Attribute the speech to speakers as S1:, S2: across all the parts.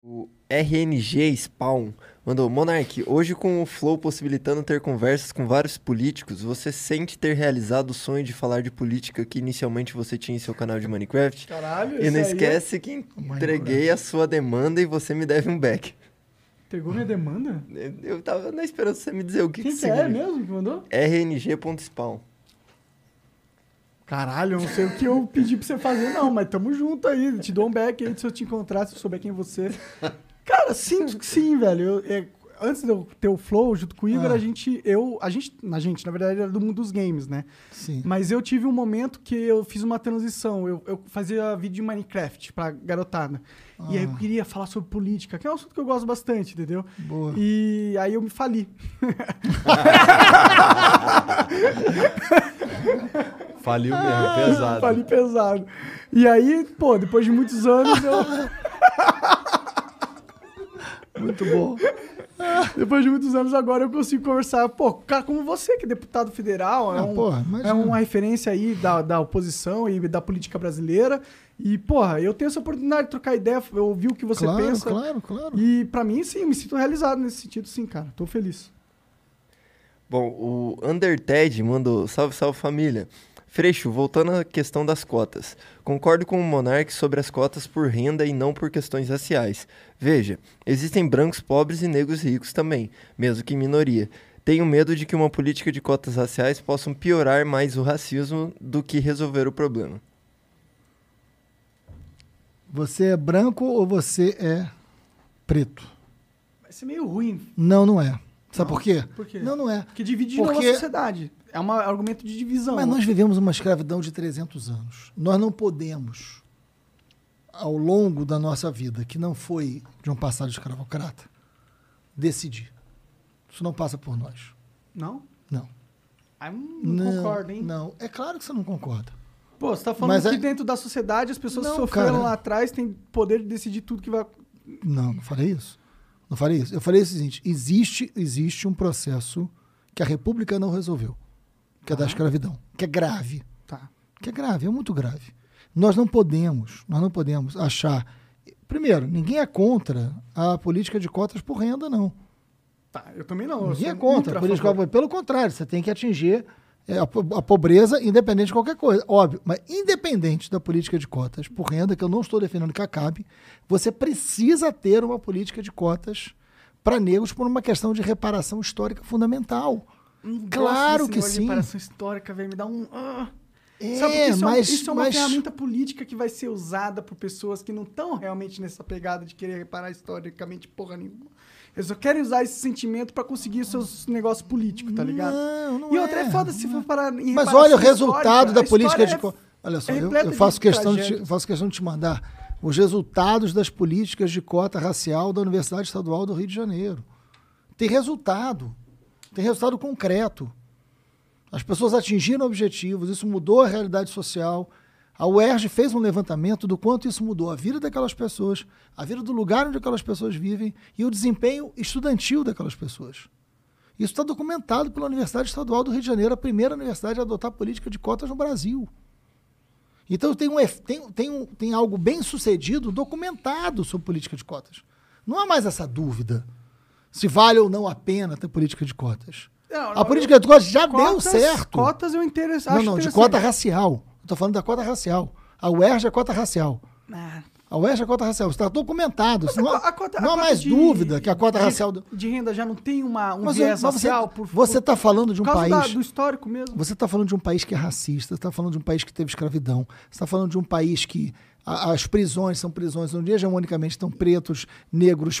S1: O RNG Spawn mandou: Monark, hoje com o Flow possibilitando ter conversas com vários políticos, você sente ter realizado o sonho de falar de política que inicialmente você tinha em seu canal de Minecraft?
S2: Caralho,
S1: E
S2: isso
S1: não
S2: aí é
S1: esquece que entreguei a sua demanda e você me deve um back.
S2: Pegou minha demanda?
S1: Eu tava na esperança de você me dizer o que,
S2: Quem
S1: que
S2: que é
S1: significa.
S2: mesmo que mandou?
S1: RNG.spawn.
S2: Caralho, eu não sei o que eu pedi pra você fazer, não, mas tamo junto aí. Te dou um back aí se eu te encontrar, se eu souber quem é você. Cara, sinto que sim, velho. Eu- é, antes de eu ter o Flow junto com o Igor,
S3: Ah.
S2: a gente. Eu. A gente. Na gente, na verdade, era do mundo dos games, né?
S3: Sim.
S2: Mas eu tive um momento que eu fiz uma transição. Eu, eu fazia vídeo de Minecraft pra garotada. E aí eu queria falar sobre política, que é um assunto que eu gosto bastante, entendeu?
S3: Boa.
S2: E aí eu me fali.
S4: Faliu
S2: Ah,
S4: mesmo, é pesado.
S2: Fali pesado. E aí, pô, depois de muitos anos, eu,
S3: Muito bom.
S2: depois de muitos anos agora eu consigo conversar. Pô, cara como você, que é deputado federal, é,
S3: Ah,
S2: um-
S3: porra, imagina.
S2: é uma referência aí da, da oposição e da política brasileira. E, porra, eu tenho essa oportunidade de trocar ideia, eu ouvir o que você
S3: claro,
S2: pensa.
S3: claro, claro.
S2: E pra mim, sim, eu me sinto realizado nesse sentido, sim, cara. Tô feliz.
S1: Bom, o Underted mandou salve, salve família. Freixo, voltando à questão das cotas. Concordo com o Monark sobre as cotas por renda e não por questões raciais. Veja, existem brancos pobres e negros ricos também, mesmo que em minoria. Tenho medo de que uma política de cotas raciais possam piorar mais o racismo do que resolver o problema.
S3: Você é branco ou você é preto?
S2: Vai ser meio ruim,
S3: Não, não é. Sabe por quê?
S2: por quê?
S3: Não, não é.
S2: porque divide de novo
S3: Porque-
S2: a sociedade. É um argumento de divisão.
S3: Mas nós vivemos uma escravidão de 300 anos. Nós não podemos, ao longo da nossa vida, que não foi de um passado escravocrata, decidir. Isso não passa por nós.
S2: Não?
S3: Não.
S2: Ah, eu não, concordo, hein?
S3: Não. É claro que você não concorda.
S2: Pô, você tá falando
S3: Mas
S2: que
S3: é-
S2: dentro da sociedade as pessoas que
S3: Não,
S2: sofreram
S3: cara.
S2: lá atrás têm poder de decidir tudo que vai.
S3: Não, não falei isso. Não falei isso. Eu falei o seguinte: existe, existe um processo que a República não resolveu, que é da escravidão, que é grave.
S2: Tá.
S3: que é grave, é muito grave. Nós não podemos, nós não podemos achar. Primeiro, ninguém é contra a política de cotas por renda, não.
S2: Tá, eu também não. eu
S3: Ninguém é
S2: sou
S3: contra.
S2: ultra
S3: a política-
S2: favor.
S3: pelo contrário, você tem que atingir é, a, po- a pobreza independente de qualquer coisa. Óbvio, mas independente da política de cotas por renda, que eu não estou defendendo que acabe, você precisa ter uma política de cotas para negros por uma questão de reparação histórica fundamental.
S2: Não gosto desse
S3: Claro que
S2: negócio de
S3: sim.
S2: reparação histórica, velho, me dá um. Ah.
S3: É,
S2: Sabe porque isso,
S3: mas,
S2: é, um- isso é uma
S3: mas-
S2: ferramenta política que vai ser usada por pessoas que não estão realmente nessa pegada de querer reparar historicamente porra nenhuma. Eles só querem usar esse sentimento pra conseguir seus negócios políticos, tá ligado?
S3: Não, não
S2: e outra é,
S3: é.
S2: foda se for parar em
S3: Mas
S2: reparação
S3: olha o
S2: histórica,
S3: resultado da
S2: a
S3: política de.
S2: história
S3: co- Olha só,
S2: é
S3: eu,
S2: repleta
S3: eu
S2: de
S3: faço, questão de te,
S2: tragédias.
S3: faço questão de te mandar os resultados das políticas de cota racial da Universidade Estadual do Rio de Janeiro. Tem resultado. Tem resultado concreto. As pessoas atingiram objetivos, isso mudou a realidade social. A UERJ fez um levantamento do quanto isso mudou a vida daquelas pessoas, a vida do lugar onde aquelas pessoas vivem e o desempenho estudantil daquelas pessoas. Isso está documentado pela Universidade Estadual do Rio de Janeiro, a primeira universidade a adotar política de cotas no Brasil. Então tem, um, ef- tem, tem, um- tem algo bem sucedido documentado sobre política de cotas. Não há mais essa dúvida se vale ou não a pena ter política de cotas.
S2: Não,
S3: a
S2: não,
S3: política de cotas já deu
S2: Cotas-
S3: certo.
S2: Cotas eu interessa,
S3: não,
S2: acho
S3: não, de
S2: interessante.
S3: cota racial. Estou falando da cota racial. A UERJ é cota racial.
S2: Ah,
S3: A UERJ é cota racial. Isso está documentado. Isso
S2: a
S3: não
S2: co-
S3: há,
S2: a cota-
S3: não
S2: a
S3: há
S2: cota
S3: mais
S2: de-
S3: dúvida que a cota
S2: de-
S3: racial. do-
S2: De renda já não tem uma, um
S3: Mas,
S2: viés
S3: mas você-
S2: racial por,
S3: você
S2: por,
S3: está falando de um
S2: por causa da-
S3: país.
S2: do histórico mesmo.
S3: Você está falando de um país que é racista, você está falando de um país que teve escravidão, você está falando de um país que a- as prisões são prisões onde hegemonicamente estão pretos, negros,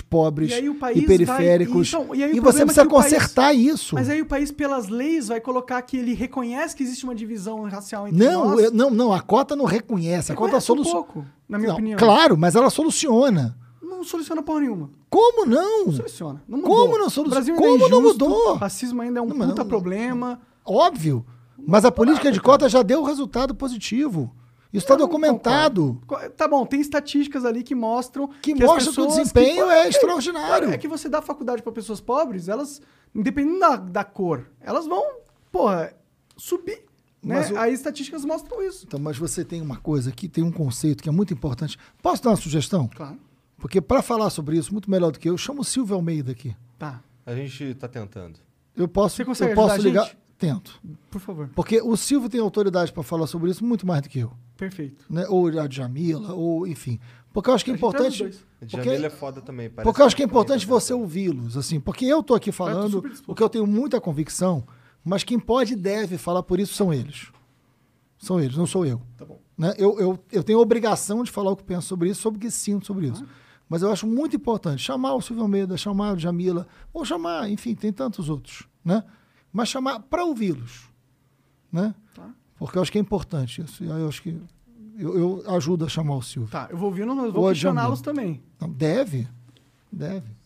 S2: E
S3: pobres e,
S2: aí o país
S3: periféricos.
S2: vai- então, e aí o
S3: você
S2: problema é
S3: precisa
S2: que o país-
S3: consertar isso.
S2: Mas é aí o país, pelas leis, vai colocar que ele reconhece que existe uma divisão racial entre
S3: não,
S2: nós.
S3: eu- não, não, a cota não reconhece, a cota
S2: Reconhece um
S3: soluciona.
S2: pouco, na minha
S3: Não,
S2: opinião.
S3: Claro, mas ela soluciona.
S2: Não soluciona porra nenhuma.
S3: Como não?
S2: Não soluciona. Não
S3: Hum. Como
S2: mudou.
S3: não soluciona?
S2: O Brasil ainda é
S3: Como não
S2: injusto,
S3: mudou?
S2: O racismo ainda é um
S3: Não, mas
S2: puta
S3: não-
S2: problema.
S3: Óbvio. Mas a política de cota já deu resultado positivo. Isso está
S2: Eu não
S3: Tá
S2: então,
S3: documentado.
S2: concordo. Tá bom, tem estatísticas ali que mostram
S3: Que
S2: as
S3: mostra que o
S2: pessoas
S3: desempenho
S2: que-
S3: é extraordinário.
S2: É que você dá faculdade para pessoas pobres, elas, independente da, da cor, elas vão, porra, subir. Né?
S3: Mas o-
S2: Aí estatísticas mostram isso.
S3: Então, mas você tem uma coisa aqui, tem um conceito que é muito importante. Posso dar uma sugestão?
S2: Claro.
S3: Porque para falar sobre isso, muito melhor do que eu, chama o Silvio Almeida aqui.
S2: Tá,
S4: A gente tá tentando.
S3: Eu posso,
S2: Você consegue
S3: eu posso
S2: ajudar a
S3: ligar.
S2: gente?
S3: Tento.
S2: por favor.
S3: Porque o Silvio tem autoridade para falar sobre isso muito mais do que eu.
S2: Perfeito.
S3: Né? Ou a Jamila, ou enfim. Porque eu acho que é
S2: A gente traz os
S3: importante.
S2: dois.
S4: Jamila é foda também. parece
S3: Porque eu acho que é
S4: também
S3: importante
S4: tá
S3: você
S4: tentando.
S3: ouvi-los, assim, porque eu tô aqui falando
S2: super disposto.
S3: o que eu tenho muita convicção, mas quem pode e deve falar por isso são eles. São eles, não sou eu.
S2: Tá bom.
S3: Né? Eu, eu, eu tenho obrigação de falar o que penso sobre isso, sobre o que sinto sobre isso. Mas eu acho muito importante chamar o Silvio Almeida, chamar o Jamila, ou chamar, enfim, tem tantos outros, né? Mas chamar para ouvi-los, né?
S2: Tá.
S3: Porque eu acho que é importante isso. E aí eu acho que eu, eu ajudo a chamar o Silvio.
S2: Tá, eu vou ouvindo, mas
S3: Ô,
S2: vou
S3: Jamil.
S2: questioná-los também.
S3: Não, deve, deve.